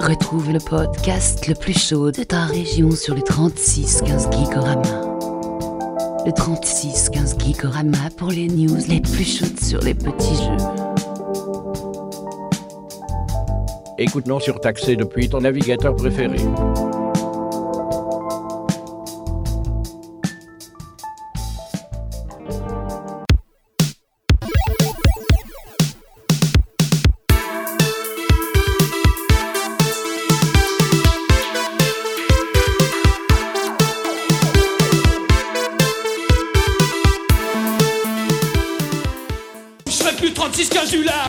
Retrouve le podcast le plus chaud de ta région sur le 3615 Geekorama. Le 3615 Geekorama pour les news les plus chaudes sur les petits jeux. Écoute non surtaxé depuis ton navigateur préféré. Je serai plus 36 qu'un jus là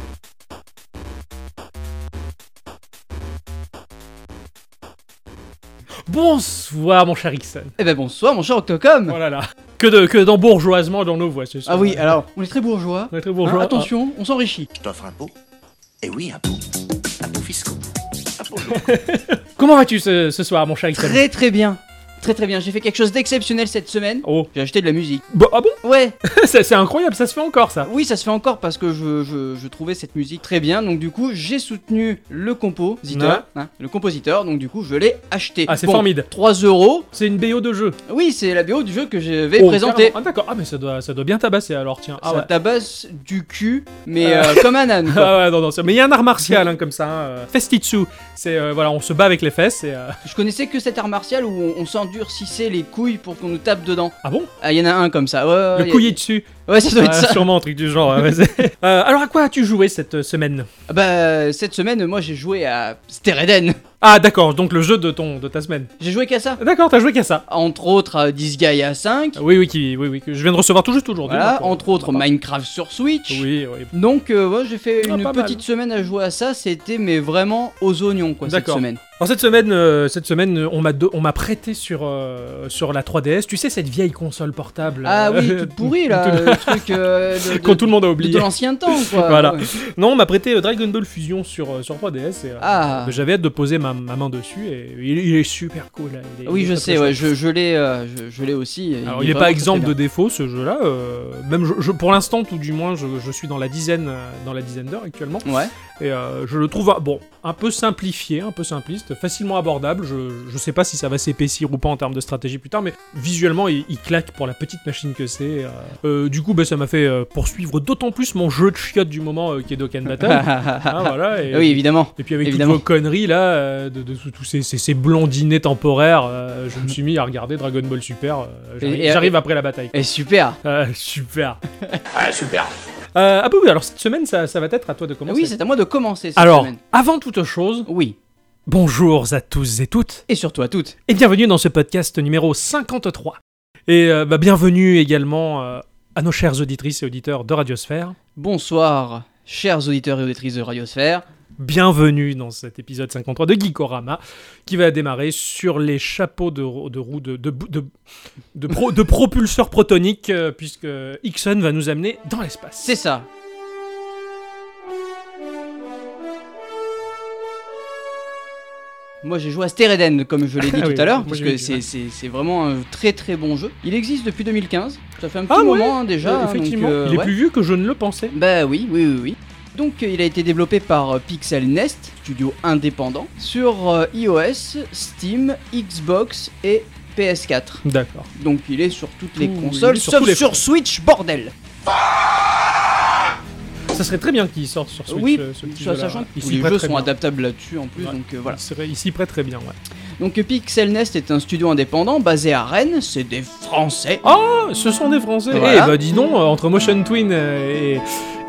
Bonsoir mon cher Ixon. Eh ben bonsoir mon cher Octocom Oh là là. Que de que d'embourgeoisement dans nos voix, c'est ça. Ah oui, alors, on est très bourgeois. On est très Hein, bourgeois. attention, on s'enrichit. Je t'offre un pot Eh oui, un pot. Un pot fiscaux. Un pot lourd. Ah. Comment vas-tu ce, ce soir mon cher Ixon Très très bien. Très très bien, j'ai fait quelque chose d'exceptionnel cette semaine. Oh. J'ai acheté de la musique. Bah, ah bon Ouais, C'est c'est incroyable, ça se fait encore ça. oui, ça se fait encore parce que je, je- je trouvais cette musique très bien. Donc du coup, j'ai soutenu le compositeur. hein, le compositeur, donc du coup, je l'ai acheté. Ah, c'est Bon, formidable. 3 euros. C'est une BO de jeu. Oui, c'est la BO du jeu que je vais Oh, présenter. carrément. Ah d'accord. Ah mais ça doit ça doit bien tabasser alors tiens. Ah ça ouais. tabasse du cul, mais euh, comme un âne. quoi. Ah ouais, non, non, c'est- mais il y a un art martial hein, comme ça, hein, euh, festitsu. C'est euh, voilà, on se bat avec les fesses. Et, euh, Je connaissais que cet art martial où on, on s'endurcissait les couilles pour qu'on nous tape dedans. Ah bon Ah, il y en a un comme ça. Ouais, ouais, Le Ah, y a- couillé dessus. Ouais, ça doit être Ouais, ça. sûrement un truc du genre. ouais, ouais, c'est- Euh, alors à quoi as-tu joué cette euh, semaine Ah Bah, cette semaine, moi j'ai joué à Stereden. Ah d'accord, donc le jeu de ton de ta semaine. J'ai joué qu'à ça. D'accord, t'as joué qu'à ça. Entre autres, à Disgaea 5. Oui oui qui oui oui que je viens de recevoir tout juste aujourd'hui. Voilà, donc, euh, entre autres, bah, Minecraft sur Switch. Oui, oui. Donc, euh, ouais, j'ai fait Ah, une pas mal. petite semaine à jouer à ça. C'était, mais vraiment aux oignons, quoi, cette D'accord. semaine. Alors cette semaine, euh, cette semaine, euh, on m'a do- on m'a prêté sur euh, sur la 3DS. Tu sais cette vieille console portable. Ah euh, oui, toute pourrie là, tout- le truc euh, de, Quand de- tout le monde a de- oublié. de l'ancien temps, quoi. Voilà. Ouais. Non, on m'a prêté euh, Dragon Ball Fusion sur euh, sur 3DS. Et, euh, Ah. J'avais hâte de poser ma, ma main dessus et il, il est super cool. là. Il est- il Oui, est je très, sais, très ouais, chouette. je, je l'ai, euh, je, je l'ai aussi. Alors, il n'est pas vraiment exempt très, de très bien. défauts ce jeu-là. euh, même je, je- pour l'instant, tout du moins, je, je suis dans la dizaine, euh, dans la dizaine d'heures actuellement. Ouais. Et euh, je le trouve ah, bon, un peu simplifié, un peu simpliste, facilement abordable. Je ne sais pas si ça va s'épaissir ou pas en termes de stratégie plus tard, mais visuellement, il, il claque pour la petite machine que c'est. euh. Euh, du coup, bah, ça m'a fait euh, poursuivre d'autant plus mon jeu de chiottes du moment euh, qui est Dokkan Battle. Hein, voilà, et, oui, évidemment. et puis avec évidemment. toutes vos conneries là, euh, de, de tous- tous ces, ces- ces blondinets temporaires, euh, je me suis mis à regarder Dragon Ball Super. euh, j'arrive- Et- et- J'arrive après la bataille. Et super. Euh, super. Ah, super. Euh, ah bah oui, alors cette semaine, ça, ça va être à toi de commencer. Oui, c'est à moi de commencer cette Ah alors, semaine. avant toute chose, Oui. bonjour à tous et toutes, Et surtout à toutes. et bienvenue dans ce podcast numéro 53. Et euh, bah, bienvenue également euh, à nos chères auditrices et auditeurs de Radiosphère. Bonsoir, chers auditeurs et auditrices de Radiosphère. Bienvenue dans cet épisode 53 de Geekorama qui va démarrer sur les chapeaux de, ro- de roues de, de, de, de pro- de propulseurs protoniques euh, puisque Ixon va nous amener dans l'espace. C'est ça. Moi j'ai joué à Stereden comme je l'ai dit Ah tout oui, à l'heure, moi, parce j'ai que vu, ouais. c'est- c'est c'est vraiment un très très bon jeu. Il existe depuis 2015, ça fait un petit Ah ouais, moment hein, déjà. Euh, hein, donc, effectivement, euh, il est ouais. plus vieux que je ne le pensais. Bah oui, oui, oui, oui. Donc euh, il a été développé par euh, Pixel Nest, studio indépendant, sur euh, iOS, Steam, Xbox et PS4. D'accord. Donc il est sur toutes les Ouh, il est consoles, sur tous sauf les sur fronts. Switch, bordel Ça serait très bien qu'il sorte sur Switch. Oui, euh, ce petit soit jeu-là. sachant que Il tous s'y les prête jeux très sont bien. adaptables là-dessus en plus, Ouais. donc euh, voilà. Il serait- Il s'y prête très bien, ouais. Donc euh, Pixel Nest est un studio indépendant basé à Rennes, c'est des Français. Ah, ce sont des Français. Voilà. Eh bah dis donc, euh, entre Motion Twin euh,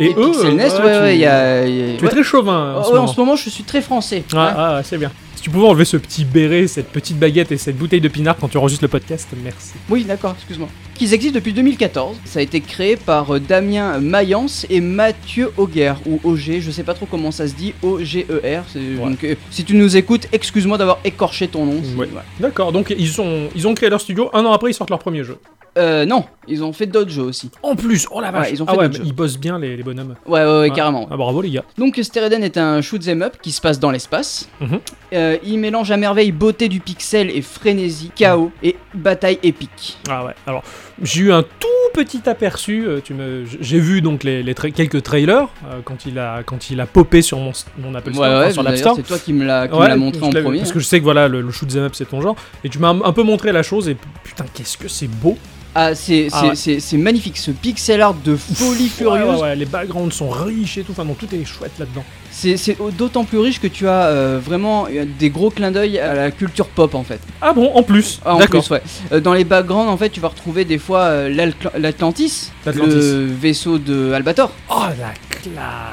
et, et, Et eux. Pixel euh, Nest, ouais, voilà, ouais, tu- il y a. il y a- Tu es ouais. très chauvin Oh, en ce ouais, moment. je suis très français. Ah, Ouais. ah, c'est bien. Si tu pouvais enlever ce petit béret, cette petite baguette et cette bouteille de pinard quand tu enregistres le podcast, merci. Oui, d'accord, excuse-moi. Qu'ils existent depuis 2014. Ça a été créé par euh, Damien Mayence et Mathieu Auguer, ou OG, je sais pas trop comment ça se dit, O-G-E-R. c'est- Donc, euh, si tu nous écoutes, excuse-moi d'avoir écorché ton nom. c'est- Ouais. voilà. D'accord, donc ils ont, ils ont créé leur studio, un an après ils sortent leur premier jeu. Euh, non, ils ont fait d'autres jeux aussi. En plus, oh la vache Ouais, ils ont Ah fait ouais, d'autres mais jeux. ils bossent bien les, les bonhommes. Ouais, ouais, ouais, Ouais. carrément. ouais. Ah bravo les gars. Donc, Stereden est un shoot 'em up qui se passe dans l'espace. Mhm. Euh, il mélange à merveille beauté du pixel et frénésie, chaos et bataille épique. Ah ouais, alors j'ai eu un tout petit aperçu. euh, tu me, j- j'ai vu donc les, les tra- quelques trailers euh, quand il a quand il a popé sur mon, s- mon Apple Ouais, Store, ouais, enfin, mais sur l'App d'ailleurs, Store. c'est toi qui me l'as qui me Ouais, l'as montré je en l'avais- premier. Parce que je sais que voilà, le, le shoot'em up c'est ton genre. Et tu m'as un, un peu montré la chose et putain, qu'est-ce que c'est beau. Ah, c'est Ah c'est- ouais. c'est- c'est magnifique, ce pixel art de folie furieuse. Ouais, ouais, ouais, les backgrounds sont riches et tout. Enfin, non, tout est chouette là-dedans. C'est c'est d'autant plus riche que tu as euh, vraiment euh, des gros clins d'œil à la culture pop en fait. Ah bon, en plus. Ah, en D'accord. plus, ouais. Euh, dans les backgrounds, en fait, tu vas retrouver des fois euh, l'Al- l'Atlantis, L'Atlantis. le vaisseau de Albator. Oh la classe.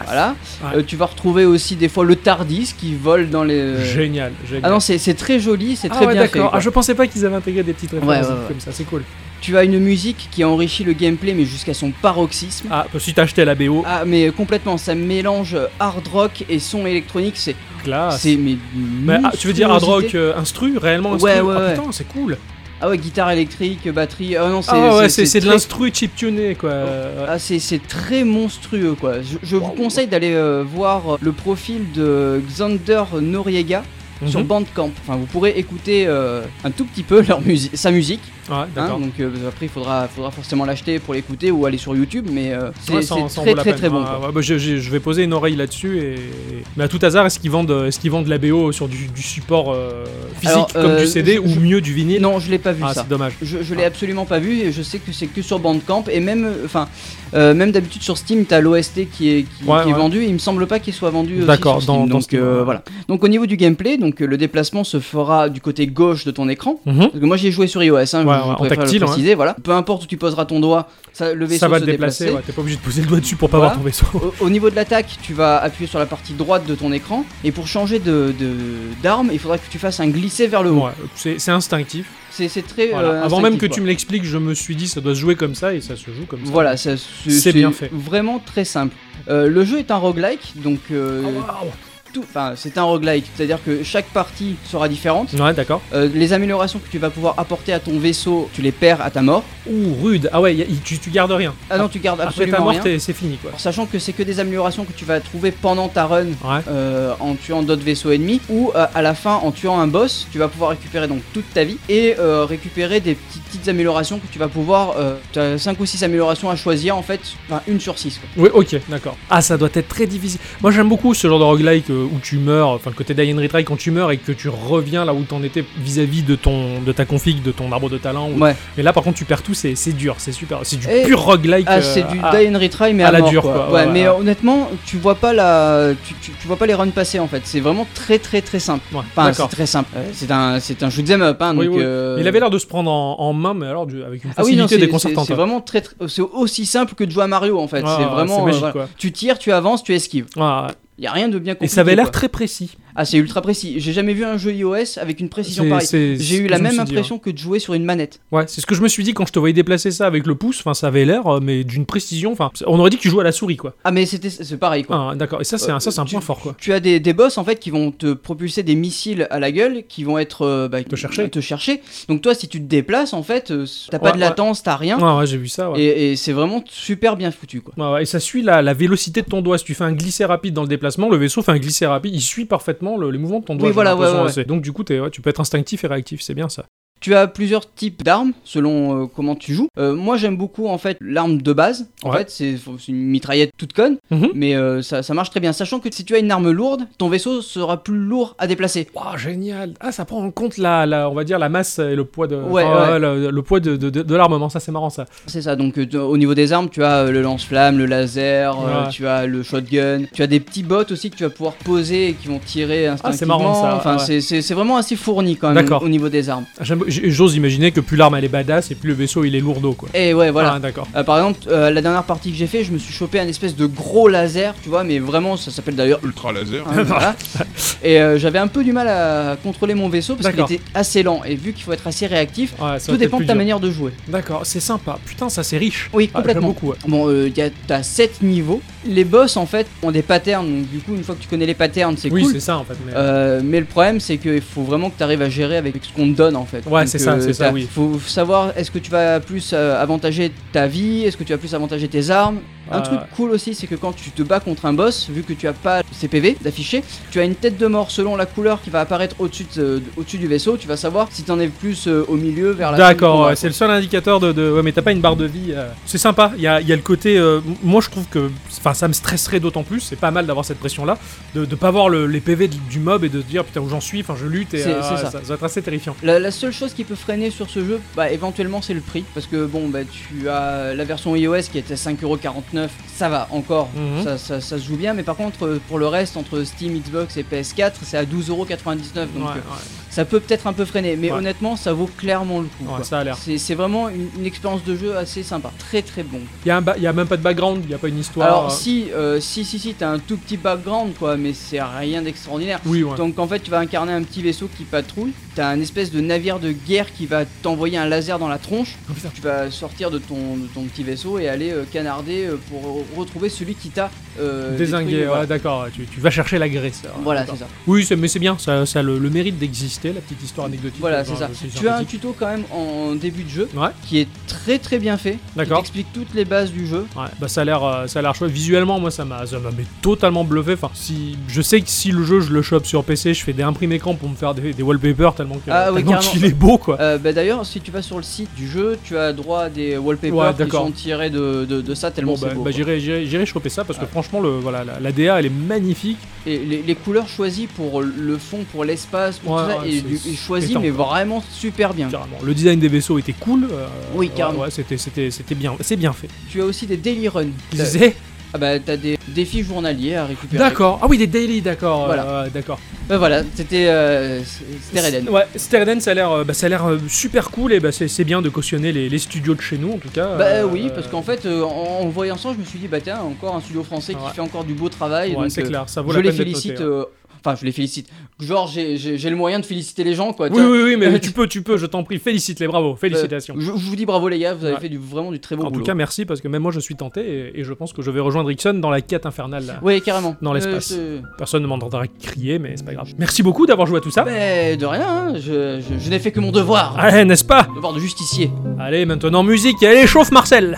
Voilà. Ouais. Euh, tu vas retrouver aussi des fois le Tardis qui vole dans les. Génial, génial. Ah non, c'est c'est très joli, c'est Ah très ouais, bien fait. d'accord. quoi. Ah, je pensais pas qu'ils avaient intégré des petites références ouais, ouais. comme ça, c'est cool. Tu as une musique qui enrichit le gameplay, mais jusqu'à son paroxysme. Ah, si t'as acheté la BO, Ah, mais complètement, ça mélange euh, hard rock et son électronique, c'est. classe. c'est mais, Ah, Mais, ah, tu veux dire hard rock monstruosité. euh, instru, réellement instru Ouais, ouais, Ah, ouais. putain, c'est cool. Ah ouais, guitare électrique, batterie. Ah non, c'est. Ah ouais, c'est c'est de très- l'instru chip tuné quoi. Euh, Ah, c'est c'est très monstrueux quoi. Je, je vous conseille d'aller euh, voir le profil de Xander Noriega mhm. sur Bandcamp. Enfin, vous pourrez écouter euh, un tout petit peu leur musique, sa musique. Ouais, hein. d'accord. donc euh, après, il faudra, faudra forcément l'acheter pour l'écouter ou aller sur YouTube. Mais euh, c'est Ouais, ça en- c'est ça en très vaut la très peine. très bon. Ah, quoi. ouais, bah, je, je- je vais poser une oreille là-dessus et. Mais à tout hasard, est-ce qu'ils vendent, est-ce qu'ils vendent la BO sur du, du support euh, physique Alors, comme euh, du CD je- ou mieux du vinyle Non, je l'ai pas vu Ah, ça. c'est dommage. Je, je l'ai absolument pas vu et je sais que c'est que sur Bandcamp et même, euh, enfin, euh, même d'habitude sur Steam, t'as l'OST qui est, qui, Ouais, qui ouais. est vendu. Il me semble pas qu'il soit vendu aussi D'accord, sur Steam. dans- dans donc Steam, euh, ouais. voilà. Donc au niveau du gameplay, donc euh, le déplacement se fera du côté gauche de ton écran. Mhm. Parce que moi j'ai joué sur iOS, hein, je- Ouais, ouais, je, en préfère tactile, le ouais. préciser, voilà. Peu importe où tu poseras ton doigt, ça, le vaisseau Ça va se te déplacer, ouais, t'es pas obligé de poser le doigt dessus pour pas Voilà. voir ton vaisseau. Au, au niveau de l'attaque, tu vas appuyer sur la partie droite de ton écran et pour changer de de- d'arme, il faudra que tu fasses un glissé vers le haut. Ouais, c'est c'est instinctif. C'est c'est très Voilà. euh, Avant même instinctif, que quoi. tu me l'expliques, je me suis dit ça doit se jouer comme ça et ça se joue comme ça. Voilà, ça- C'est c'est c'est bien fait. Vraiment très simple. Euh, le jeu est un roguelike, donc euh, Ah, tout, enfin c'est un roguelike, c'est-à-dire que chaque partie sera différente. Ouais, d'accord. Euh, les améliorations que tu vas pouvoir apporter à ton vaisseau, tu les perds à ta mort. Ouh, rude. Ah ouais, y a- y- tu, tu gardes rien. Ah non, tu gardes Après absolument ta mort, rien. t'es- c'est fini quoi. Alors, Sachant que c'est que des améliorations que tu vas trouver pendant ta run. Ouais. euh, en tuant d'autres vaisseaux ennemis ou euh, à la fin en tuant un boss tu vas pouvoir récupérer donc toute ta vie et euh, récupérer des petites, petites améliorations que tu vas pouvoir euh, tu as 5 ou 6 améliorations à choisir en fait enfin une sur 6 Oui, ok, d'accord. Ah, ça doit être très difficile. Moi, j'aime beaucoup ce genre de roguelike euh, où tu meurs, enfin, le côté die and retry quand tu meurs et que tu reviens là où t'en étais vis-à-vis de ton, de ta config, de ton arbre de talent. ou- Ouais. Mais là, par contre, tu perds tout, c'est c'est dur, c'est super. C'est du Et- pur roguelike. Ah, euh, c'est du à- die and retry, mais à à, la mort, dure, quoi. Ouais, Ouais, ouais, mais ouais. euh, honnêtement, tu vois pas la, tu, tu- tu vois pas les runs passer en fait. C'est vraiment très très très simple. Ouais, Enfin, c'est d'accord. très simple. Euh, C'est un, c'est un shoot'em up. Hein, Oui, donc, oui. euh, Il avait l'air de se prendre en, en main, mais alors du- avec une Ah oui, facilité non, hein. c'est c'est- déconcertante. c'est quoi. vraiment très, très- c'est aussi simple que de jouer à Mario en fait. Ah, c'est vraiment, magique, euh, voilà. quoi. tu tires, tu avances, tu esquives. Ah, Il y a rien de bien et compliqué. ça avait l'air quoi. très précis. Ah, c'est ultra précis. J'ai jamais vu un jeu iOS avec une précision C'est- pareille. c'est- c'est J'ai eu ce que je la me même suis dit, hein. impression que de jouer sur une manette. Ouais, c'est ce que je me suis dit quand je te voyais déplacer ça avec le pouce. Enfin, ça avait l'air, euh, mais d'une précision. Enfin, on aurait dit que tu jouais à la souris, quoi. Ah, mais c'était, c'est pareil quoi. Ah, d'accord. Et ça, c'est un, ça, c'est un Euh, point fort, quoi. Tu as des, des boss en fait qui vont te propulser des missiles à la gueule, qui vont être euh, bah, Te chercher. te chercher. Donc toi, si tu te déplaces en fait, euh, t'as pas Ouais, de ouais. latence, t'as rien. Ah, Ouais, ouais, j'ai vu ça. Ouais. Et, et c'est vraiment super bien foutu quoi. Ouais, ouais, et ça suit la, la vélocité de ton doigt. Si tu fais un glissé rapide dans le déplacement, le vaisseau fait un glissé rapide. Il suit parfaitement le- les mouvements de ton doigt. j'ai voilà, l'impression, ouais, ouais, c'est- Donc du coup, t'es- ouais, tu peux être instinctif et réactif. C'est bien ça. Tu as plusieurs types d'armes selon euh, comment tu joues. Euh, moi, j'aime beaucoup en fait l'arme de base. En Ouais. fait, c'est c'est une mitraillette toute conne, Mhm. mais euh, ça, ça marche très bien. Sachant que si tu as une arme lourde, ton vaisseau sera plus lourd à déplacer. Waouh, génial. Ah, ça prend en compte la, la- on va dire la masse et le poids de, Ouais, enfin, ouais. le, le poids de, de- de- de l'armement. Ça, c'est marrant ça. C'est ça, donc euh, tu- au niveau des armes, tu as euh, le lance-flamme, le laser, euh, Ouais. tu as le shotgun, tu as des petits bots aussi que tu vas pouvoir poser et qui vont tirer instinctivement. Ah, marrant, ça, Enfin, ouais. c'est- c'est c'est vraiment assez fourni quand même D'accord. au niveau des armes. J'aime- j'- J'ose imaginer que plus l'arme elle est badass et plus le vaisseau il est lourdeau, quoi. Et ouais, voilà. Ah, d'accord. Euh, par exemple, euh, la dernière partie que j'ai fait, je me suis chopé un espèce de gros laser, tu vois, mais vraiment, ça s'appelle d'ailleurs Ultra laser. Hein, voilà. Et euh, j'avais un peu du mal à contrôler mon vaisseau parce D'accord. qu'il était assez lent. Et vu qu'il faut être assez réactif, Ouais, ça tout va peut-être dépend de plus ta dur. manière de jouer. D'accord, c'est sympa. Putain, ça c'est riche. Oui, Ah, J'aime complètement. beaucoup. ouais. Bon, euh, y a- t'as 7 niveaux. Les boss, en fait, ont des patterns. Donc, du coup, une fois que tu connais les patterns, c'est Oui, cool. c'est ça en fait. mais- Euh, mais le problème, c'est qu'il faut vraiment que tu arrives à gérer avec ce qu'on te donne en fait. Ouais, Donc, c'est ça, euh, c'est ça, t'as- oui. Faut savoir est-ce que tu vas plus euh, avantager ta vie, est-ce que tu vas plus avantager tes armes. Un Euh, truc cool aussi, c'est que quand tu te bats contre un boss, vu que tu as pas ses PV d'affiché, tu as une tête de mort selon la couleur qui va apparaître au-dessus de- au-dessus du vaisseau. Tu vas savoir si t'en es plus euh, au milieu, vers la fin. du D'accord, combat, ouais, c'est le seul indicateur de, de- Ouais, mais t'as pas une barre de vie. euh. C'est sympa, il y a, il y a le côté. euh, m- Moi, je trouve que. Enfin, ça me stresserait d'autant plus, c'est pas mal d'avoir cette pression-là, de, de pas voir le- les PV du- du mob et de se dire putain où j'en suis, enfin je lutte et C'est- euh, c'est ça. ça. ça doit être assez terrifiant. La, la seule chose qui peut freiner sur ce jeu, bah éventuellement c'est le prix, parce que bon bah tu as la version iOS qui était à 5,49€, ça va encore, Mhm. ça, ça- ça se joue bien, mais par contre euh, pour le reste entre Steam, Xbox et PS4 c'est à 12,99€, donc Ouais, euh, ouais, ça peut peut-être un peu freiner, mais Ouais. honnêtement ça vaut clairement le coup. ouais, quoi. ça a l'air. C'est c'est vraiment une, une expérience de jeu assez sympa, très très bon. Il y, a un ba- y a même pas de background, il y a pas une histoire. Alors euh, si, euh, si si si t'as un tout petit background quoi, mais c'est rien d'extraordinaire. Oui, ouais. Donc en fait tu vas incarner un petit vaisseau qui patrouille, t'as un espèce de navire de guerre qui va t'envoyer un laser dans la tronche, Oh, putain. tu vas sortir de ton, de ton petit vaisseau et aller euh, canarder euh, pour re- retrouver celui qui t'a euh, Désingué, détruit, ouais, voilà. d'accord, ouais, tu, tu vas chercher l'agresseur. Voilà, D'accord. c'est ça. Oui, c'est- mais c'est bien, ça, ça a le, le mérite d'exister, la petite histoire anecdotique. Voilà, genre, c'est ça. aussi Tu as un sympathique. tuto quand même en début de jeu Ouais. qui est très très bien fait. qui D'accord. t'explique toutes les bases du jeu. Ouais, bah ça a l'air, euh, ça a l'air chouette. Visuellement, moi, ça m'a, ça m'a mais totalement bluffé. Enfin, si je sais que si le jeu je le chope sur PC, je fais des imprimes écran pour me faire des, des wallpapers tellement que Ah oui, tellement carrément. qu'il est beau, quoi. Euh, bah, D'ailleurs, si tu vas sur le site du jeu, tu as droit à des wallpapers Ouais, qui d'accord. sont tirés de, de- de ça tellement Bon, bah, c'est beau. bah, quoi. Ah. j'irai, j'irai, j'irai choper ça parce que franchement, le, voilà, la, la DA elle est magnifique. Et les, les couleurs choisies pour le fond, pour l'espace, pour Ouais, tout ça, ouais, et, c'est- du- et c'est choisies pétant, mais quoi. vraiment super bien. Carrément. Le design des vaisseaux était cool. euh, Ah. Oui, ouais, carrément. Ouais, c'était, c'était, c'était bien, c'est bien fait. Tu as aussi des daily runs. Tu T'as- disais Ah bah t'as des défis journaliers à récupérer. D'accord. Ah oui, des daily, d'accord. Voilà. euh, d'accord. Bah voilà, c'était euh, c- c'était Reden. Ouais, Stereden, ça a l'air, euh, bah, ça a l'air euh, super cool et bah, c'est, c'est bien de cautionner les, les studios de chez nous en tout cas. Bah euh, oui, parce qu'en fait, euh, en, en voyant ça, je me suis dit, bah tiens, encore un studio français qui Ouais. fait encore du beau travail. ouais, donc, c'est euh, clair, ça vaut je la les peine d'être noté, hein. félicite. ouais. euh, Enfin, je les félicite. Genre, j'ai- j'ai j'ai le moyen de féliciter les gens, quoi. Oui, tiens. oui, oui, mais Euh, tu peux, tu peux, je t'en prie. Félicite-les, bravo, félicitations. Euh, je, je vous dis bravo, les gars, vous avez Ouais. fait du, vraiment du très beau en tout boulot. cas, merci, parce que même moi, je suis tenté, et, et je pense que je vais rejoindre Ixon dans la quête infernale. là. oui, carrément. Dans Euh, l'espace. je- Personne ne m'entendra crier, mais c'est pas grave. Merci beaucoup d'avoir joué à tout ça. Mais de rien, hein, je, je- je n'ai fait que mon devoir. hein. Allez, n'est-ce pas Devoir de justicier. Allez, maintenant, musique, et allez, chauffe, Marcel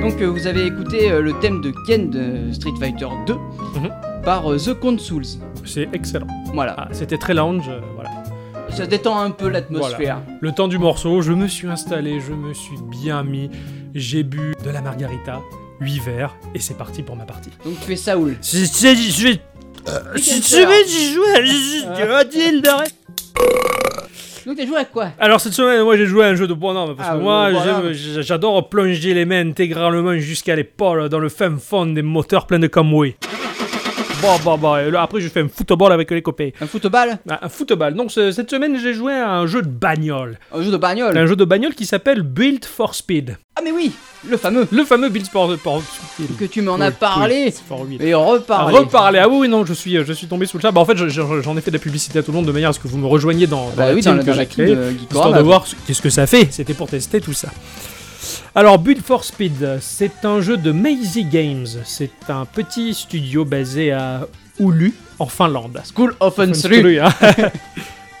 Donc euh, vous avez écouté euh, le thème de Ken de Street Fighter 2 Mhm. par euh, The Consuls. C'est excellent. Voilà. Ah, c'était très lounge, euh, voilà. Ça détend un peu l'atmosphère. Le temps du morceau, je me suis installé, je me suis bien mis, j'ai bu de la margarita, 8 verres, et c'est parti pour ma partie. Donc tu fais Saoul. Si c'est euh, je vais. si tu veux, j'y Ah. jouais Donc t'as joué à quoi Alors cette semaine, moi j'ai joué à un jeu de bonhomme parce Ah, que moi euh, voilà. j'aime- j'- j'adore plonger les mains intégralement jusqu'à l'épaule dans le fin fond des moteurs pleins de Camway. Bon, bon, bon, et là, après je fais un football avec les copains. Un football Ah, Un football. Donc ce- cette semaine j'ai joué à un jeu de bagnole. Un jeu de bagnole Un jeu de bagnole qui s'appelle Build for Speed. Ah mais oui Le fameux Le fameux Build for, for Speed. Que tu m'en Oui, as oui, parlé c'est for Speed. Et on Ah, reparle. reparler. Ah oui, oui, non, je suis, euh, je suis tombé sous le chat. Bah, en fait, je- je- j'en ai fait de la publicité à tout le monde de manière à ce que vous me rejoigniez dans, dans Bah la oui, team dans la, que dans la j'ai team créée. de histoire Geekorama. de voir ce- qu'est-ce que ça fait. C'était pour tester tout ça. Alors, Build for Speed, euh, c'est un jeu de Mazy Games. C'est un petit studio basé à Oulu, en Finlande. School of Unsru. Unsru, hein.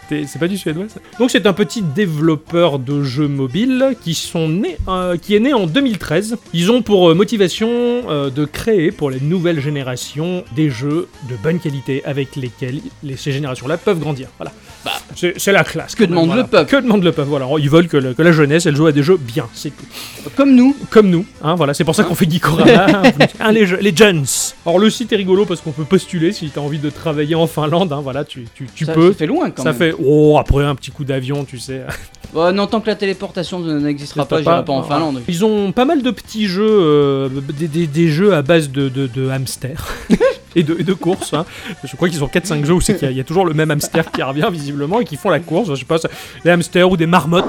T'es- C'est pas du suédois ça Donc c'est un petit développeur de jeux mobiles qui, sont nés, euh, qui est né en 2013. Ils ont pour euh, motivation euh, de créer pour les nouvelles générations des jeux de bonne qualité avec lesquels les- ces générations-là peuvent grandir. Voilà. c'est c'est la classe. Bah. quand même, Que demande voilà. le peuple Que demande le peuple Voilà, ils veulent que, le- que la jeunesse elle joue à des jeux bien, c'est tout Comme nous. comme nous. Hein, voilà, c'est pour ça qu'on fait Geekorama. hein, les, je- les jeunes. Alors le site est rigolo parce qu'on peut postuler si t'as envie de travailler en Finlande. Hein, voilà, tu, tu, tu ça, peux. ça fait loin quand Ça même. fait oh après un petit coup d'avion, tu sais. Bon, non, tant que la téléportation n'existera pas, T'as j'irai pas en ah, Finlande. Ils ont pas mal de petits jeux, euh, des, des- des jeux à base de, de, de hamsters et de, et de courses. hein. Je crois qu'ils ont 4-5 jeux où c'est qu'il y a- il y, a toujours le même hamster qui revient visiblement et qui font la course. Je sais pas, ça- les hamsters ou des marmottes.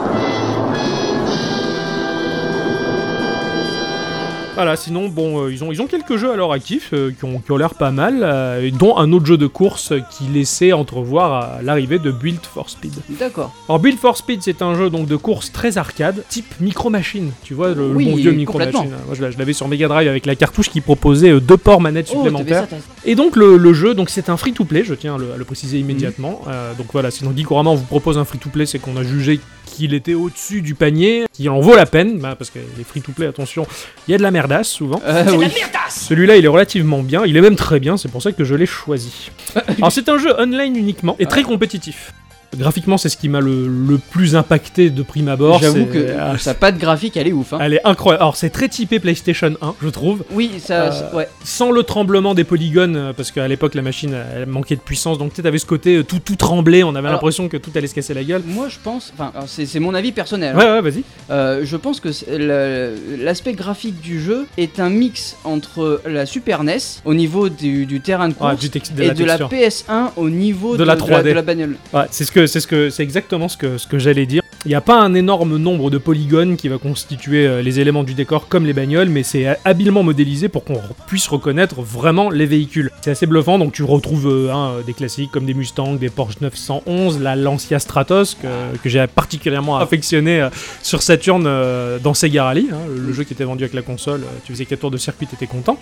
Voilà, sinon, bon, euh, ils, ont, ils ont quelques jeux à leur actif euh, qui ont, qui ont l'air pas mal, euh, et dont un autre jeu de course euh, qui laissait entrevoir euh, l'arrivée de Build for Speed. D'accord. Oh, Alors Build for Speed, c'est un jeu donc de course très arcade, type micro machine. Tu vois le, le Oui, bon vieux micro machine. complètement. Moi je l'a- je l'avais sur Mega Drive avec la cartouche qui proposait euh, deux ports manettes Oh, t'avais supplémentaires. ça, t'as- Et donc le, le jeu, donc c'est un free to play. Je tiens à le, à le préciser immédiatement. Mhm. Euh, donc voilà, sinon Geekorama on vous propose un free to play, c'est qu'on a jugé qu'il était au-dessus du panier, qu'il en vaut la peine, bah, parce que les free to play, attention, il y a de la merdasse souvent. Euh, oui. Celui-là, il est relativement bien, il est même très bien, c'est pour ça que je l'ai choisi. Alors, c'est un jeu online uniquement et très compétitif. Graphiquement, c'est ce qui m'a le, le plus impacté de prime abord. J'avoue c'est- que ah, sa patte graphique, elle est ouf. hein. Elle est incroyable. Alors, c'est très typé PlayStation 1, je trouve, Ah. Oui, ça, Euh, ça- ouais. sans le tremblement des polygones, euh, parce qu'à l'époque, la machine elle manquait de puissance, donc tu avais ce côté euh, tout, tout tremblé, on avait Alors- l'impression que tout allait se casser la gueule. Moi, je pense. Enfin, alors, c'est c'est mon avis personnel. hein. Ouais, ouais, vas-y. Euh, je pense que c'est le- l'aspect graphique du jeu est un mix entre la Super NES au niveau du, du terrain de Ah, course du texte- et de la texture. PS1 au niveau De la 3D. de la bagnole. Ouais, c'est ce que c'est ce que c'est exactement ce que ce que j'allais dire. Il n'y a pas un énorme nombre de polygones qui va constituer euh, les éléments du décor comme les bagnoles, mais c'est ha- habilement modélisé pour qu'on re- puisse reconnaître vraiment les véhicules. C'est assez bluffant, donc tu retrouves euh, hein, des classiques comme des Mustangs, des Porsche 911, la Lancia Stratos que, que j'ai particulièrement affectionné euh, sur Saturn euh, dans Sega Rally, hein, le, le jeu qui était vendu avec la console. euh, tu faisais 4 tours de circuit, t'étais content.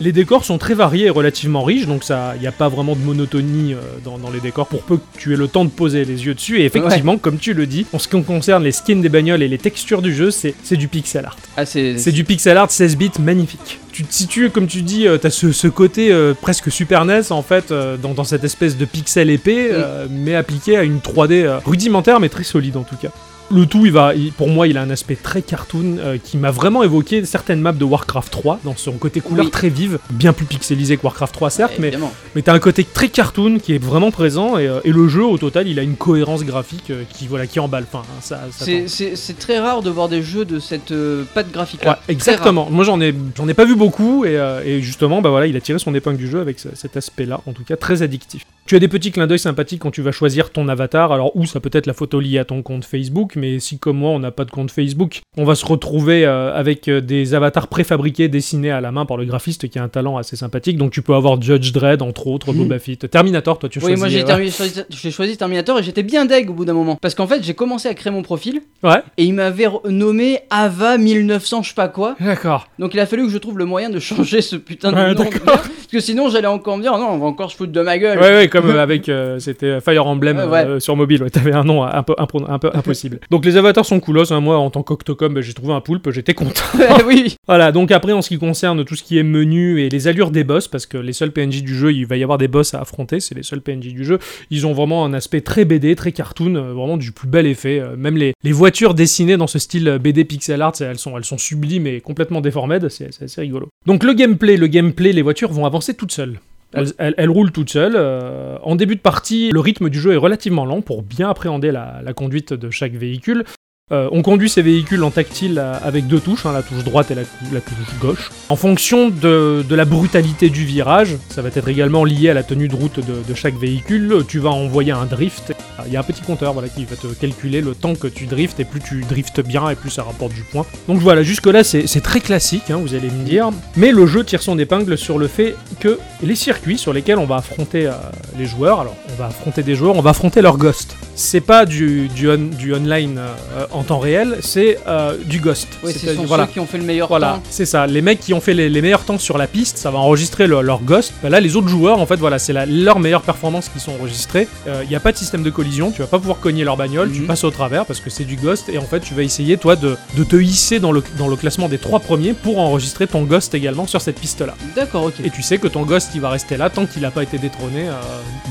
Les décors sont très variés et relativement riches, donc ça, il n'y a pas vraiment de monotonie euh, dans, dans les décors pour peu que tu aies le temps de poser les yeux dessus. Et effectivement, comme tu le dis, en ce qui concerne les skins des bagnoles et les textures du jeu, c'est c'est du pixel art. Ah, c'est C'est du pixel art 16 bits magnifique. Tu te situes, comme tu dis, euh, t'as ce, ce côté euh, presque Super NES en fait, euh, dans, dans cette espèce de pixel épais, euh, mais appliqué à une 3D euh, rudimentaire mais très solide en tout cas. Le tout, il va, il- pour moi, il a un aspect très cartoon euh, qui m'a vraiment évoqué certaines maps de Warcraft 3 dans son côté couleur Oui. très vive, bien plus pixelisé que Warcraft 3 certes, mais évidemment. mais t'as un côté très cartoon qui est vraiment présent et, euh, et le jeu au total, il a une cohérence graphique euh, qui voilà qui emballe. Enfin, hein, ça, ça C'est- C'est c'est très rare de voir des jeux de cette euh, patte graphique. Ouais, exactement. Moi, j'en ai, j'en ai pas vu beaucoup, et, euh, et justement, bah voilà, il a tiré son épingle du jeu avec ce- cet aspect-là, en tout cas très addictif. Tu as des petits clins d'œil sympathiques quand tu vas choisir ton avatar. Alors, ou ça peut être la photo liée à ton compte Facebook, mais si comme moi, on n'a pas de compte Facebook, on va se retrouver euh, avec euh, des avatars préfabriqués dessinés à la main par le graphiste qui a un talent assez sympathique. Donc, tu peux avoir Judge Dredd, entre autres, Boba Fett, Terminator. Toi, tu Mhm. Oui, choisis. moi euh, j'ai ouais. terminé- choisi- j'ai choisi Terminator et j'étais bien deg au bout d'un moment. Parce qu'en fait, j'ai commencé à créer mon profil Ouais. et il m'avait re- nommé Ava 1900, je sais pas quoi. D'accord. Donc il a fallu que je trouve le moyen de changer ce putain de Ouais, nom. de d'accord. merde, Parce que sinon j'allais encore me dire, oh non, on va encore se foutre de ma gueule. Ouais, ouais, comme euh, avec euh, c'était Fire Emblem Ouais, ouais. euh, sur mobile. Ouais, T'avais un nom un peu, un pro- un peu impossible. Donc les avatars sont coolos. hein. Moi, en tant qu'octocom, ben, j'ai trouvé un poulpe, j'étais content. Ah oui, Voilà, donc après, en ce qui concerne tout ce qui est menu et les allures des boss, parce que les seuls PNJ du jeu, il va y avoir des boss à affronter, c'est les seuls PNJ du jeu, ils ont vraiment un aspect très BD, très cartoon, euh, vraiment du plus bel effet. Euh, Même les, les voitures dessinées dans ce style euh, BD pixel art, c'est- elles sont, elles sont sublimes et complètement déformées, c'est c'est assez rigolo. Donc le gameplay, le gameplay, les voitures vont avancer toutes seules. Elles, elles- elles roulent toutes seules. euh, en début de partie, le rythme du jeu est relativement lent pour bien appréhender la- la conduite de chaque véhicule. Euh, on conduit ces véhicules en tactile euh, avec deux touches, hein, la touche droite et la, cou- la touche gauche. En fonction de, de la brutalité du virage, ça va être également lié à la tenue de route de, de chaque véhicule, tu vas envoyer un drift. Il y a un petit compteur voilà, qui va te calculer le temps que tu driftes, et plus tu driftes bien, et plus ça rapporte du point. Donc voilà, jusque-là c'est c'est très classique, hein, vous allez me dire. Mais le jeu tire son épingle sur le fait que les circuits sur lesquels on va affronter euh, les joueurs, alors on va affronter des joueurs, on va affronter leurs ghosts. C'est pas du, du, on- du online euh, en temps réel, c'est euh, du ghost. ouais, C'est-à-dire, ce sont voilà. ceux qui ont fait le meilleur Voilà, temps. c'est ça. Les mecs qui ont fait les, les meilleurs temps sur la piste, ça va enregistrer le- leur ghost. Bah là, les autres joueurs, en fait, voilà, c'est la- leurs meilleures performances qui sont enregistrées. Il n'y a pas de système de collision, tu vas pas pouvoir cogner leur bagnole, tu Mhm. passes au travers parce que c'est du ghost. Et en fait, tu vas essayer, toi, de, de te hisser dans le, dans le classement des trois premiers pour enregistrer ton ghost également sur cette piste-là. D'accord, ok. Et tu sais que ton ghost, il va rester là tant qu'il n'a pas été détrôné euh,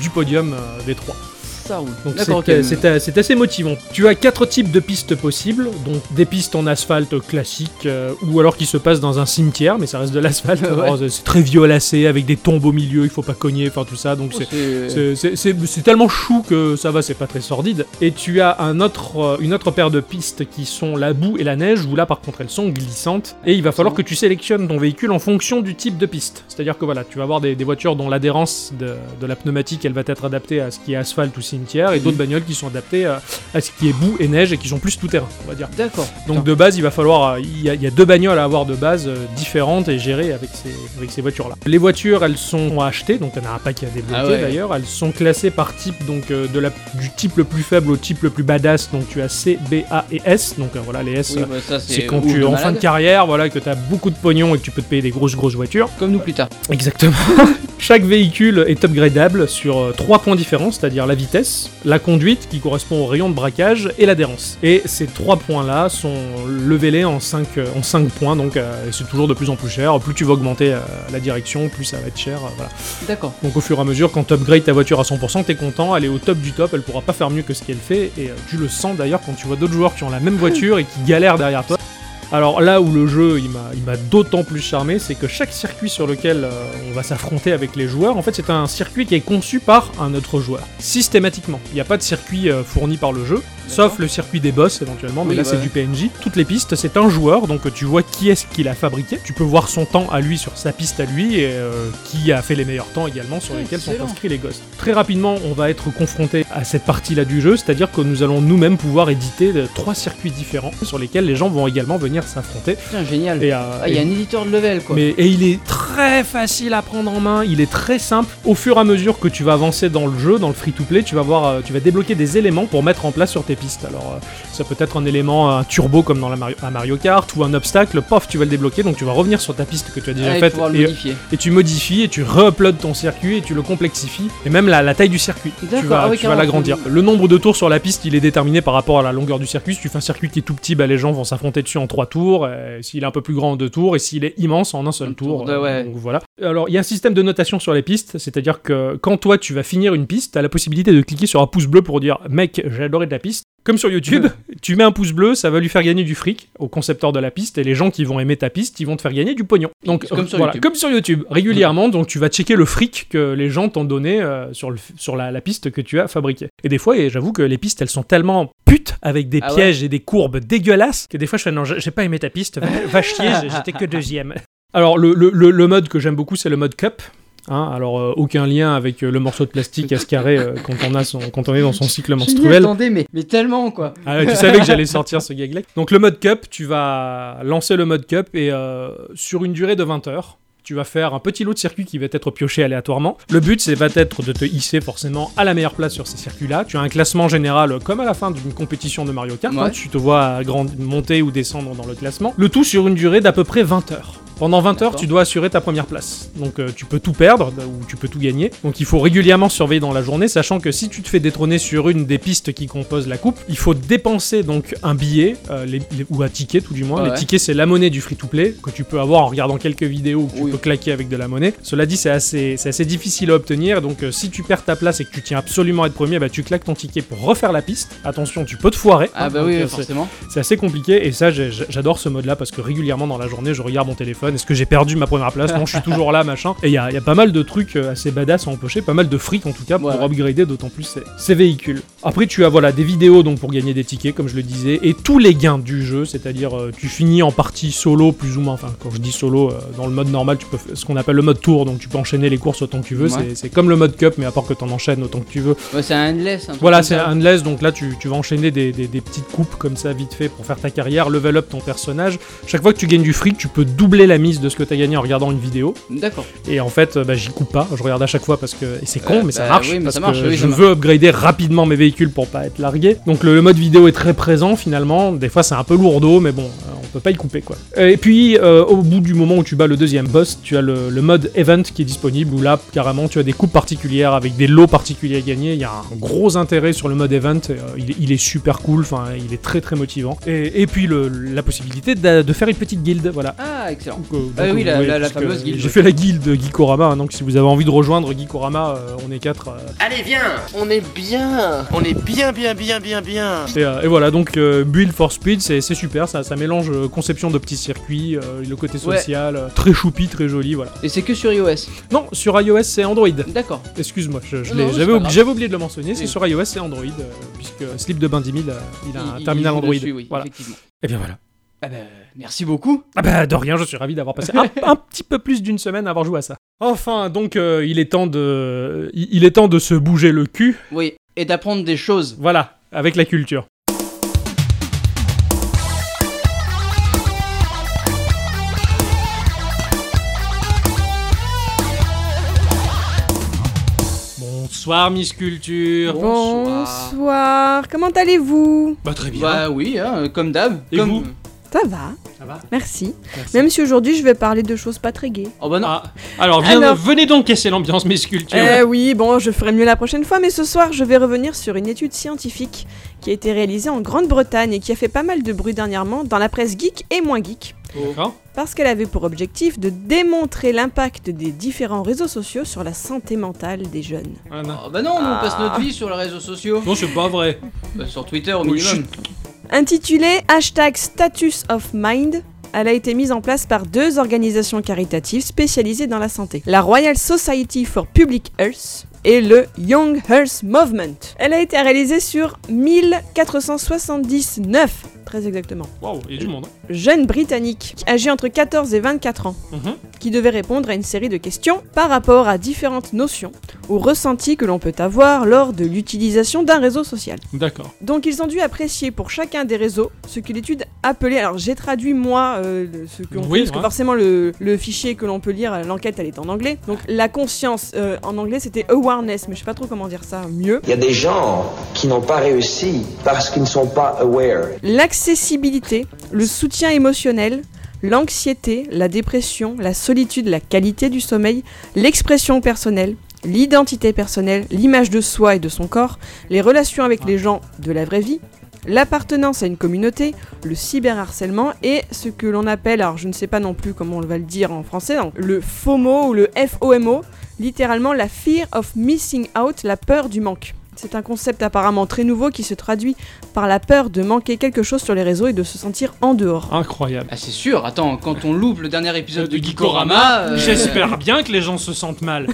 du podium euh, des trois. Ça roule. Donc c'est euh, D'accord, ok. c'est c'est assez motivant. Tu as quatre types de pistes possibles, donc des pistes en asphalte classique euh, ou alors qui se passent dans un cimetière, mais ça reste de l'asphalte. Ouais. Alors, c'est- C'est très violacé avec des tombes au milieu, il faut pas cogner, enfin tout ça. Donc Oh, c'est c'est- c'est- c'est- c'est c'est tellement chou que ça va, c'est pas très sordide. Et tu as un autre, euh, une autre paire de pistes qui sont la boue et la neige, où là par contre elles sont glissantes. Et il va falloir que tu sélectionnes ton véhicule en fonction du type de piste. C'est-à-dire que voilà, tu vas avoir des, des voitures dont l'adhérence de, de la pneumatique elle va être adaptée à ce qui est asphalte ou cimetière, et d'autres bagnoles qui sont adaptées à, à ce qui est boue et neige et qui sont plus tout terrain, on va dire. D'accord. Donc de base, il va falloir, euh, il y, a- il y a deux bagnoles à avoir de base euh, différentes et gérées avec ces, avec ces voitures-là. Les voitures, elles sont achetées, donc on a un paquet à débloquer Ah ouais. d'ailleurs. Elles sont classées par type, donc euh, de la, du type le plus faible au type le plus badass. Donc tu as C, B, A et S. Donc euh, voilà, les S. Oui, euh, bah, ça, c'est quand ouf tu es en fin malade. de carrière, voilà, que tu as beaucoup de pognon et que tu peux te payer des grosses grosses voitures. Comme nous plus tard. Exactement. Chaque véhicule est upgradable sur euh, trois points différents, c'est-à-dire la vitesse, la conduite qui correspond au rayon de braquage et l'adhérence. Et ces trois points-là sont levelés en 5 en cinq points, donc euh, c'est toujours de plus en plus cher. Plus tu vas augmenter euh, la direction, plus ça va être cher. euh, voilà. D'accord. Donc au fur et à mesure, quand tu upgrades ta voiture à 100%, t'es content, elle est au top du top, elle pourra pas faire mieux que ce qu'elle fait, et euh, tu le sens d'ailleurs quand tu vois d'autres joueurs qui ont la même voiture et qui galèrent derrière toi. Alors là où le jeu il m'a il m'a d'autant plus charmé, c'est que chaque circuit sur lequel euh, on va s'affronter avec les joueurs, en fait c'est un circuit qui est conçu par un autre joueur, systématiquement. Il n'y a pas de circuit euh, fourni par le jeu, sauf le circuit des boss éventuellement, mais Oui, là ouais, c'est ouais. du PNJ. Toutes les pistes, c'est un joueur, donc euh, tu vois qui est-ce qui l'a fabriqué, tu peux voir son temps à lui sur sa piste à lui, et euh, qui a fait les meilleurs temps également sur Ah, lesquels sont excellent. inscrits les ghosts. Très rapidement, on va être confronté à cette partie-là du jeu, c'est-à-dire que nous allons nous-mêmes pouvoir éditer euh, trois circuits différents sur lesquels les gens vont également venir s'affronter. Putain, génial. Et, euh, Ah, il y a et- un éditeur de level, quoi. mais, et il est très facile à prendre en main, il est très simple. Au fur et à mesure que tu vas avancer dans le jeu, dans le free-to-play, tu vas voir, euh, tu vas débloquer des éléments pour mettre en place sur tes pistes. Alors, euh, ça peut être un élément, un turbo comme dans la Mario, à Mario Kart, ou un obstacle, pof, tu vas le débloquer, donc tu vas revenir sur ta piste que tu as déjà Ah, et faite pouvoir le et, euh, modifier. et tu modifies et tu re-uploads ton circuit et tu le complexifies et même la, la taille du circuit tu D'accord, vas, ah oui, tu vas carrément, l'agrandir tu- le nombre de tours sur la piste il est déterminé par rapport à la longueur du circuit si tu fais un circuit qui est tout petit bah, les gens vont s'affronter dessus en trois tours euh, s'il est un peu plus grand en deux tours et s'il est immense en un seul Un tour, tour de- euh, ouais. donc voilà alors il y a un système de notation sur les pistes c'est à dire que quand toi tu vas finir une piste t'as la possibilité de cliquer sur un pouce bleu pour dire mec j'ai adoré de la piste comme sur YouTube, tu mets un pouce bleu, ça va lui faire gagner du fric au concepteur de la piste, et les gens qui vont aimer ta piste, ils vont te faire gagner du pognon. Donc C'est comme sur voilà, YouTube. comme sur YouTube, régulièrement, donc tu vas checker le fric que les gens t'ont donné euh, sur, le, sur la, la piste que tu as fabriquée. Et des fois, et j'avoue que les pistes, elles sont tellement putes avec des Ah ouais pièges et des courbes dégueulasses que des fois je fais non, j'ai j'ai pas aimé ta piste, va, va chier, j'ai- j'étais que deuxième. Alors le, le- le- le mode que j'aime beaucoup, c'est le mode cup. hein. alors euh, aucun lien avec euh, le morceau de plastique à ce carré euh, quand, on a son, quand on est dans son cycle Je m'y menstruel. attendais, mais, mais tellement, quoi. Ah ouais, tu savais que j'allais sortir ce gag-là. Donc le mode cup, tu vas lancer le mode cup et euh, sur une durée de 20 heures, tu vas faire un petit lot de circuits qui va être pioché aléatoirement. Le but, c'est va être de te hisser forcément à la meilleure place sur ces circuits-là. Tu as un classement général euh, comme à la fin d'une compétition de Mario Kart. hein. Ouais. tu te vois grand- monter ou descendre dans le classement. Le tout sur une durée d'à peu près 20 heures. Pendant 20 heures, D'accord. tu dois assurer ta première place. Donc euh, tu peux tout perdre bah, ou tu peux tout gagner. Donc il faut régulièrement surveiller dans la journée, sachant que si tu te fais détrôner sur une des pistes qui composent la coupe, il faut dépenser donc un billet euh, les- les- ou un ticket tout du moins. Ouais. Les tickets, c'est la monnaie du free-to-play que tu peux avoir en regardant quelques vidéos où tu Oui. peux claquer avec de la monnaie. Cela dit, c'est assez, c'est assez difficile à obtenir. Donc euh, si tu perds ta place et que tu tiens absolument à être premier, bah, tu claques ton ticket pour refaire la piste. Attention, tu peux te foirer. Ah hein, bah donc, oui, euh, c'est- forcément. c'est assez compliqué et ça j'ai- j'adore ce mode là parce que régulièrement dans la journée je regarde mon téléphone est-ce que j'ai perdu ma première place non je suis toujours là machin et il y a, il y a pas mal de trucs euh, assez badass à empocher pas mal de fric en tout cas pour Ouais. upgrader d'autant plus ces, ces véhicules après tu as voilà des vidéos donc pour gagner des tickets comme je le disais et tous les gains du jeu c'est à dire tu finis en partie solo plus ou moins enfin quand je dis solo euh, dans le mode normal tu peux f- ce qu'on appelle le mode tour donc tu peux enchaîner les courses autant que tu veux Ouais. c'est- c'est comme le mode cup mais à part que t'en enchaînes autant que tu veux Ouais, c'est un endless. un truc voilà, comme c'est ça. Unless, donc là tu, tu vas enchaîner des, des- des petites coupes comme ça vite fait pour faire ta carrière, level up ton personnage. Chaque fois que tu gagnes du fric, tu peux doubler la mise de ce que tu as gagné en regardant une vidéo. D'accord. Et en fait, euh, bah, j'y coupe pas, je regarde à chaque fois parce que. et c'est con, Euh, mais ça bah marche. oui, mais parce ça marche, que oui, ça je marche. veux upgrader rapidement mes véhicules pour pas être largué. Donc le, le mode vidéo est très présent finalement. Des fois c'est un peu lourdeau, mais bon, euh, on peut pas y couper quoi. Et puis euh, au bout du moment où tu bats le deuxième boss, tu as le, le mode event qui est disponible où là carrément tu as des coupes particulières avec des lots particuliers à gagner. Il y a un gros intérêt sur le mode event. euh, il, est- il est super cool, enfin il est très très motivant. Et, et puis le- la possibilité d'a- de faire une petite guilde, voilà. Ah, excellent. Donc, euh, donc, Ah oui, vous la- voyez, la- la puisque fameuse guilde, J'ai oui. fait la guilde Geekorama, hein, donc si vous avez envie de rejoindre Geekorama, euh, on est quatre. euh, Ah. Allez, viens On est bien On est bien, bien, bien, bien, bien et, euh, et voilà, donc euh, Build for Speed, c'est c'est super, ça, ça mélange euh, conception de petits circuits, euh, le côté Ouais. social, euh, très choupi, très joli, voilà. Et c'est que sur iOS. Non, sur iOS c'est Android. D'accord. Excuse-moi, je- je Non, l'ai- non, c'est j'avais pas oubli- grave. j'avais oublié de le mentionner, c'est Oui. sur iOS c'est Android, euh, puisque Slip de Bain 10 000, euh, il a un Il- il terminal joue Android. dessus, oui, voilà. effectivement. Et bien voilà. Ah bah, merci beaucoup. Ah bah de rien, je suis ravi d'avoir passé un, un petit peu plus d'une semaine à avoir joué à ça. Enfin, donc euh, il est temps de, il- il est temps de se bouger le cul. Oui, et d'apprendre des choses. Voilà, avec la culture. Bonsoir Miss Culture. Bonsoir. Bonsoir, comment allez-vous Bah très bien. Bah oui, hein, comme d'hab. Et comme... vous Ça va, Ça va merci. Merci. Même si aujourd'hui je vais parler de choses pas très gaies. Oh bah non. Ah, alors, viens- Alors- venez donc casser l'ambiance Miss Culture. Eh oui, bon, je ferai mieux la prochaine fois, mais ce soir je vais revenir sur une étude scientifique qui a été réalisée en Grande-Bretagne et qui a fait pas mal de bruit dernièrement dans la presse geek et moins geek. D'accord. Parce qu'elle avait pour objectif de démontrer l'impact des différents réseaux sociaux sur la santé mentale des jeunes. Ah, non. Oh bah non, nous, on passe notre vie sur les réseaux sociaux. Non, c'est pas vrai. Bah, sur Twitter au Oui, minimum. Intitulée hashtag Status of Mind, elle a été mise en place par deux organisations caritatives spécialisées dans la santé, la Royal Society for Public Health et le Young Health Movement. Elle a été réalisée sur 1479, très exactement, Waouh, il y a du monde. jeunes Britanniques âgés entre 14 et 24 ans Mhm. qui devaient répondre à une série de questions par rapport à différentes notions ou ressentis que l'on peut avoir lors de l'utilisation d'un réseau social. D'accord. Donc ils ont dû apprécier pour chacun des réseaux ce que l'étude appelait. Alors j'ai traduit moi euh, le- ce qu'on Oui, fait, parce que ouais. forcément le, le fichier que l'on peut lire, euh, l'enquête elle est en anglais. Donc la conscience euh, en anglais c'était awareness, mais je sais pas trop comment dire ça mieux. Il y a des gens qui n'ont pas réussi parce qu'ils ne sont pas aware. L'accessibilité, le soutien émotionnel, l'anxiété, la dépression, la solitude, la qualité du sommeil, l'expression personnelle, l'identité personnelle, l'image de soi et de son corps, les relations avec les gens de la vraie vie, l'appartenance à une communauté, le cyberharcèlement et ce que l'on appelle, alors je ne sais pas non plus comment on va le dire en français, donc le FOMO ou le FOMO, littéralement la fear of missing out, la peur du manque. C'est un concept apparemment très nouveau qui se traduit par la peur de manquer quelque chose sur les réseaux et de se sentir en dehors. Incroyable. Ah c'est sûr, attends, quand on loupe le dernier épisode de De Geekorama... euh, J'espère bien que les gens se sentent mal.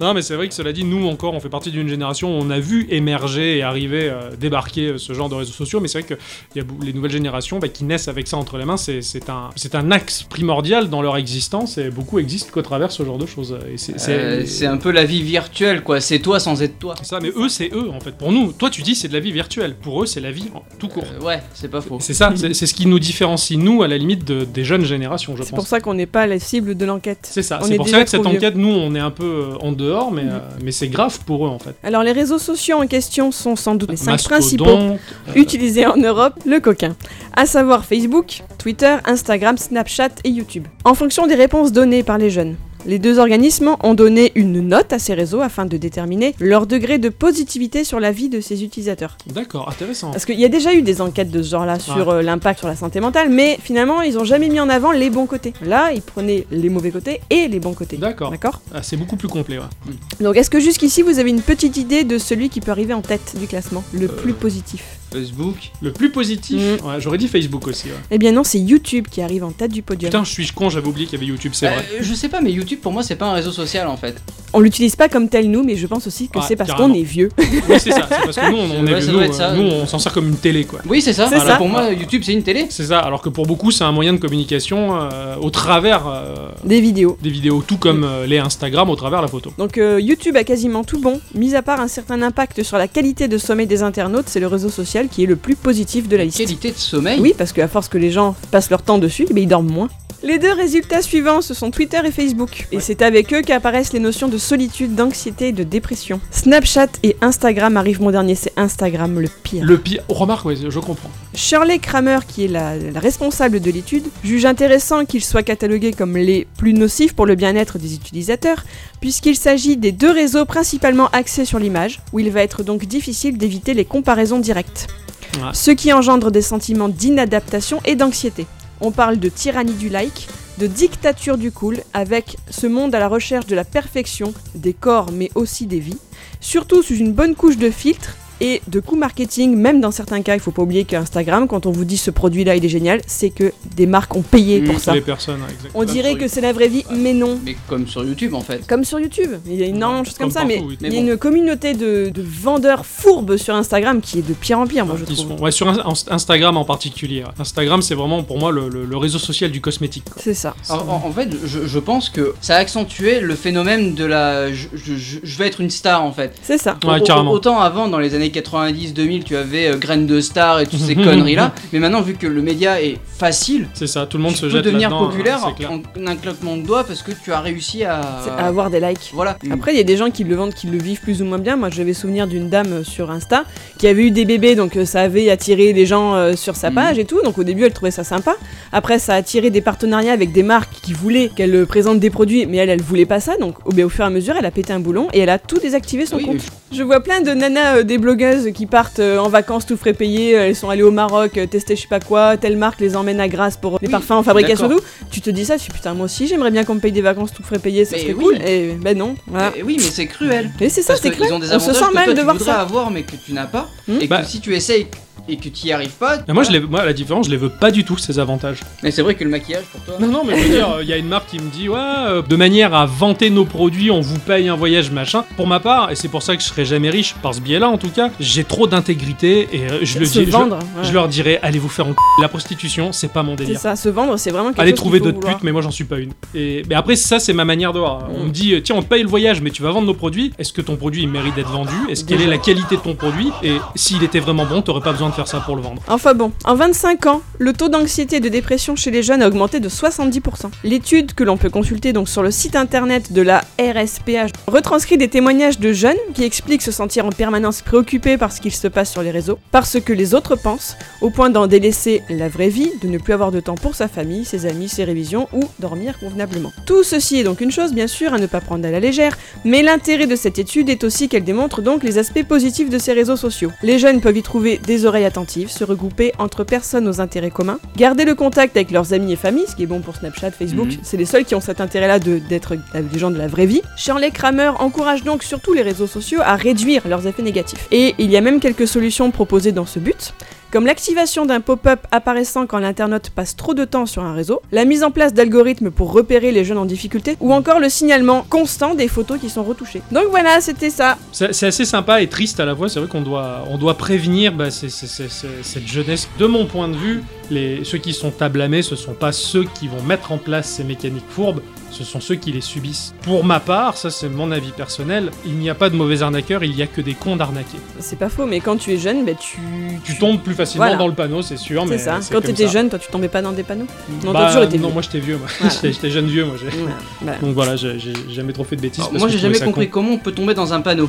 non, mais c'est vrai que cela dit, nous encore, on fait partie d'une génération où on a vu émerger et arriver, euh, débarquer euh, ce genre de réseaux sociaux. Mais c'est vrai que il y a bou- les nouvelles générations bah, qui naissent avec ça entre les mains. C'est c'est un, c'est un axe primordial dans leur existence et beaucoup existent qu'au travers ce genre de choses. Et c'est euh, c'est- C'est un peu la vie virtuelle, quoi. C'est toi sans être toi. ça, mais eux, c'est eux en fait. Pour nous, toi, tu dis c'est de la vie virtuelle. Pour eux, c'est la vie en tout court. Euh, ouais, c'est pas faux. C'est ça, c'est c'est ce qui nous différencie, nous, à la limite de- des jeunes générations, je C'est pense. pour ça qu'on n'est pas la cible de l'enquête. C'est ça, On c'est est pour déjà ça que cette trop vieux. Mm. enquête, nous, on est un peu. euh, On, en dehors, mais, euh, mais c'est grave pour eux en fait. Alors les réseaux sociaux en question sont sans doute les cinq Mastodonte, principaux euh, utilisés en Europe, le coquin, à savoir Facebook, Twitter, Instagram, Snapchat et YouTube. En fonction des réponses données par les jeunes, les deux organismes ont donné une note à ces réseaux afin de déterminer leur degré de positivité sur la vie de ces utilisateurs. D'accord, intéressant. Parce qu'il y a déjà eu des enquêtes de ce genre-là sur euh, l'impact sur la santé mentale, mais finalement ils ont jamais mis en avant les bons côtés. Là, ils prenaient les mauvais côtés et les bons côtés. D'accord, D'accord Ah, c'est beaucoup plus complet. ouais. Donc est-ce que jusqu'ici vous avez une petite idée de celui qui peut arriver en tête du classement, le Euh. plus positif Facebook. Le plus Mm. positif, ouais, j'aurais dit Facebook aussi. ouais. Eh bien non, c'est YouTube qui arrive en tête du podium. Putain, je suis con, j'avais oublié qu'il y avait YouTube, c'est vrai. Euh, je sais pas, mais YouTube pour moi c'est pas un réseau social en fait. On l'utilise pas comme tel nous, mais je pense aussi que Ouais, c'est parce carrément. qu'on est vieux. Oui, c'est ça, c'est parce que nous, on, on Ouais, est ça nous, doit être ça. euh, nous, on s'en sert comme une télé, quoi. Oui, c'est ça. C'est Voilà, ça. Pour moi, YouTube c'est une télé. C'est ça, alors que pour beaucoup, c'est un moyen de communication euh, au travers euh, Des vidéos. des vidéos, tout Mm. comme euh, les Instagram au travers la photo. Donc euh, YouTube a quasiment tout bon, mis à part un certain impact sur la qualité de sommeil des internautes, c'est le réseau social qui est le plus positif de la liste. Qualité de sommeil. Oui, parce qu'à force que les gens passent leur temps dessus, eh ben, ils dorment moins. Les deux résultats suivants, ce sont Twitter et Facebook. Et c'est avec eux qu'apparaissent les notions de solitude, d'anxiété et de dépression. Snapchat et Instagram arrivent mon dernier, c'est Instagram le pire. Le pire, oh, remarque, ouais, je comprends. Shirley Kramer, qui est la, la responsable de l'étude, juge intéressant qu'ils soient catalogués comme les plus nocifs pour le bien-être des utilisateurs, puisqu'il s'agit des deux réseaux principalement axés sur l'image, où il va être donc difficile d'éviter les comparaisons directes. Ouais. Ce qui engendre des sentiments d'inadaptation et d'anxiété. On parle de tyrannie du like, de dictature du cool, avec ce monde à la recherche de la perfection, des corps mais aussi des vies, surtout sous une bonne couche de filtres et de coûts marketing, même dans certains cas, il faut pas oublier qu'Instagram, quand on vous dit ce produit-là il est génial, c'est que des marques ont payé Mmh, pour ça. Les personnes, ouais, exactement. On dirait que c'est la vraie vie, mais non. Mais comme sur YouTube en fait. Comme sur YouTube, il y a énormément de choses comme, Comme ça, mais partout, oui. il y a Mais une communauté de, de vendeurs fourbes sur Instagram qui est de pire en pire, moi je Ils trouve. sont- ouais, sur In- Instagram en particulier. ouais. Instagram, c'est vraiment pour moi le, le- le réseau social du cosmétique. quoi. C'est ça. Alors, en, en fait, je, je pense que ça a accentué le phénomène de la. Je, je- je- je veux être une star en fait. C'est ça. Ouais, Au- au- carrément. Autant avant, dans les années 90-2000, tu avais euh, Graines de Star et toutes ces conneries là. Mais maintenant, vu que le média est facile, C'est ça, tout le monde tu se peux jette devenir là-dedans, hein, populaire c'est clair. en un claquement de doigts parce que tu as réussi à. C'est à avoir des likes. Voilà. Après, il y a des gens qui le vendent, qui le vivent plus ou moins bien. Moi, j'avais souvenir d'une dame euh, sur Insta qui avait eu des bébés, donc euh, ça avait attiré les gens euh, sur sa Mhm. page et tout. Donc au début, elle trouvait ça sympa. Après, ça a attiré des partenariats avec des marques qui voulaient qu'elle euh, présente des produits, mais elle, elle voulait pas ça. Donc au, ben, au fur et à mesure, elle a pété un boulon et elle a tout désactivé son Oui, compte. Je vois plein de nanas, euh, des blogueuses qui partent euh, en vacances tout frais payés. Elles sont allées au Maroc euh, tester je sais pas quoi. Telle marque les emmène à Grasse pour euh, les Oui, parfums en fabrication. d'accord. tout. Tu te dis ça, tu dis, putain, moi aussi, j'aimerais bien qu'on me paye des vacances tout frais payés, ça Mais serait oui. cool. Et ben non. Voilà. Eh oui, mais c'est cruel. Mais c'est ça, Parce c'est qu'ils clair. ont des On avantages se sent que mal toi, de tu voir voudrais ça. avoir mais que tu n'as pas. Hmm. Et que Bah. si tu essayes et que tu y arrives pas. Mais moi, je les, moi, la différence, je les veux pas du tout, ces avantages. Mais c'est vrai que le maquillage pour toi. Non, non, mais je veux dire, il y a une marque qui me dit, ouais, euh, de manière à vanter nos produits, on vous paye un voyage, machin. Pour ma part, et c'est pour ça que je serai jamais riche, par ce biais-là en tout cas, j'ai trop d'intégrité et euh, je le se dis. je- vendre. Je, ouais. leur dirais, allez vous faire en c***. La prostitution, c'est pas mon C'est délire. ça, se vendre, c'est vraiment quelque Allez chose trouver qu'il faut d'autres vouloir. Mm. putes, mais moi j'en suis pas une. Et mais après ça c'est ma manière de voir. On me dit tiens on te paye le voyage, mais tu vas vendre nos produits. Est-ce que ton produit il mérite d'être vendu Est-ce quelle est la qualité de ton produit Et s'il était vraiment bon, t'aurais pas besoin de faire ça pour le vendre. Enfin bon, en 25 ans, le taux d'anxiété et de dépression chez les jeunes a augmenté de 70%. L'étude que l'on peut consulter donc sur le site internet de la RSPH retranscrit des témoignages de jeunes qui expliquent se sentir en permanence préoccupés par ce qu'il se passe sur les réseaux, par ce que les autres pensent, au point d'en délaisser la vraie vie, de ne plus avoir de temps pour sa famille, ses amis, ses révisions ou dormir convenablement. Tout ceci est donc une chose bien sûr à ne pas prendre à la légère, mais l'intérêt de cette étude est aussi qu'elle démontre donc les aspects positifs de ces réseaux sociaux. Les jeunes peuvent y trouver des oreilles attentives, se regrouper entre personnes aux intérêts communs, garder le contact avec leurs amis et familles, ce qui est bon pour Snapchat, Facebook, Mhm. c'est les seuls qui ont cet intérêt-là de- d'être avec des gens de la vraie vie. Shirley Kramer encourage donc surtout les réseaux sociaux à réduire leurs effets négatifs. Et il y a même quelques solutions proposées dans ce but comme l'activation d'un pop-up apparaissant quand l'internaute passe trop de temps sur un réseau, la mise en place d'algorithmes pour repérer les jeunes en difficulté, ou encore le signalement constant des photos qui sont retouchées. Donc voilà, c'était ça. C'est c'est assez sympa et triste à la fois. C'est vrai qu'on doit, on doit prévenir bah, c'est- c'est- c'est- c'est- cette jeunesse. De mon point de vue, les, ceux qui sont à blâmer, ce sont pas ceux qui vont mettre en place ces mécaniques fourbes, ce sont ceux qui les subissent. Pour ma part, ça c'est mon avis personnel, il n'y a pas de mauvais arnaqueurs, il n'y a que des cons d'arnaquer. C'est pas faux, mais quand tu es jeune, bah, tu... Tu tombes plus facilement Voilà. dans le panneau, c'est sûr. mais C'est ça. c'est Quand comme t'étais ça. jeune, toi, tu tombais pas dans des panneaux Non, Bah, t'as toujours été Non, vieux. moi j'étais vieux, moi. Voilà. J'étais- j'étais jeune vieux, moi. j'ai- Voilà. Bah, Donc voilà, j'ai j'ai jamais trop fait de bêtises. Alors, Ah, parce moi que j'ai je trouvais jamais ça compris con. comment on peut tomber dans un panneau.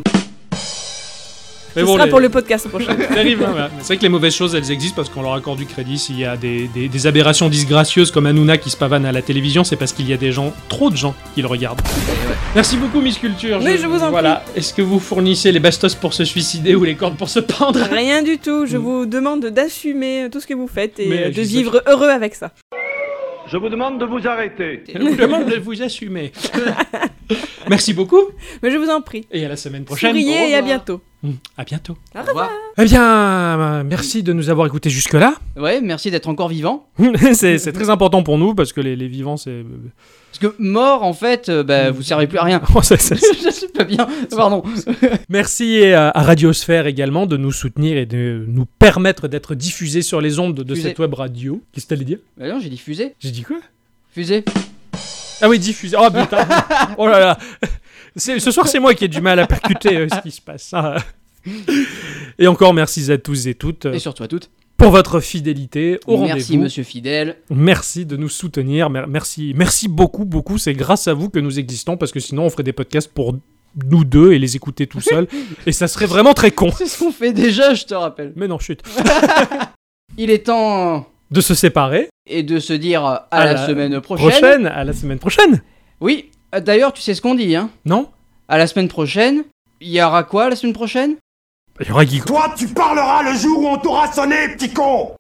Mais ce bon, sera les- pour le podcast prochain. Terrible, hein, voilà. C'est vrai que les mauvaises choses, elles existent parce qu'on leur accorde du crédit. S'il y a des, des- des aberrations disgracieuses comme Hanouna qui se pavane à la télévision, c'est parce qu'il y a des gens, trop de gens, qui le regardent. Merci beaucoup, Miss Culture. Oui, Eh je vous en Voilà. Est-ce que vous fournissez les bastos pour se suicider ou les cordes pour se pendre Rien du tout. Je vous demande d'assumer tout ce que vous faites et Mm. Mais, euh, de juste- vivre heureux avec ça. Je vous demande de vous arrêter. Je vous demande de vous assumer. Merci beaucoup Mais je vous en prie. et à la semaine prochaine. Souriez et à revoir. bientôt. Mm, À bientôt. Au revoir. Eh bien, merci de nous avoir écoutés jusque-là. Ouais, merci d'être encore vivant. c'est c'est très important pour nous parce que les, les vivants, c'est. Parce que mort en fait, euh, bah vous servez plus à rien. Oh, ça- ça- je sais pas bien. Pardon. Merci et euh, à à Radiosphère également de nous soutenir et de nous permettre d'être diffusés sur les ondes de Diffusés. cette web radio. Qu'est-ce que t'allais dire Bah non, j'ai dit fusée. J'ai dit quoi Fusée. Ah oui, diffusés. Oh putain Oh là là C'est- Ce soir, c'est moi qui ai du mal à percuter euh, ce qui se passe. hein. Et encore merci à tous et toutes euh, Et surtout à toutes. pour votre fidélité au Merci rendez-vous. monsieur fidèle. Merci de nous soutenir. Mer- Merci, merci beaucoup, beaucoup. C'est grâce à vous que nous existons parce que sinon, on ferait des podcasts pour nous deux et les écouter tout seul. et ça serait vraiment très con. C'est ce qu'on fait déjà, je te rappelle. Mais non, chut. Il est temps De se séparer. et de se dire euh, à, À la, la semaine prochaine. prochaine. à la semaine prochaine. Oui. Euh, D'ailleurs, tu sais ce qu'on dit hein. Non À la semaine prochaine. Il y aura quoi la semaine prochaine Il y aura Guy Toi, tu parleras le jour où on t'aura sonné, petit con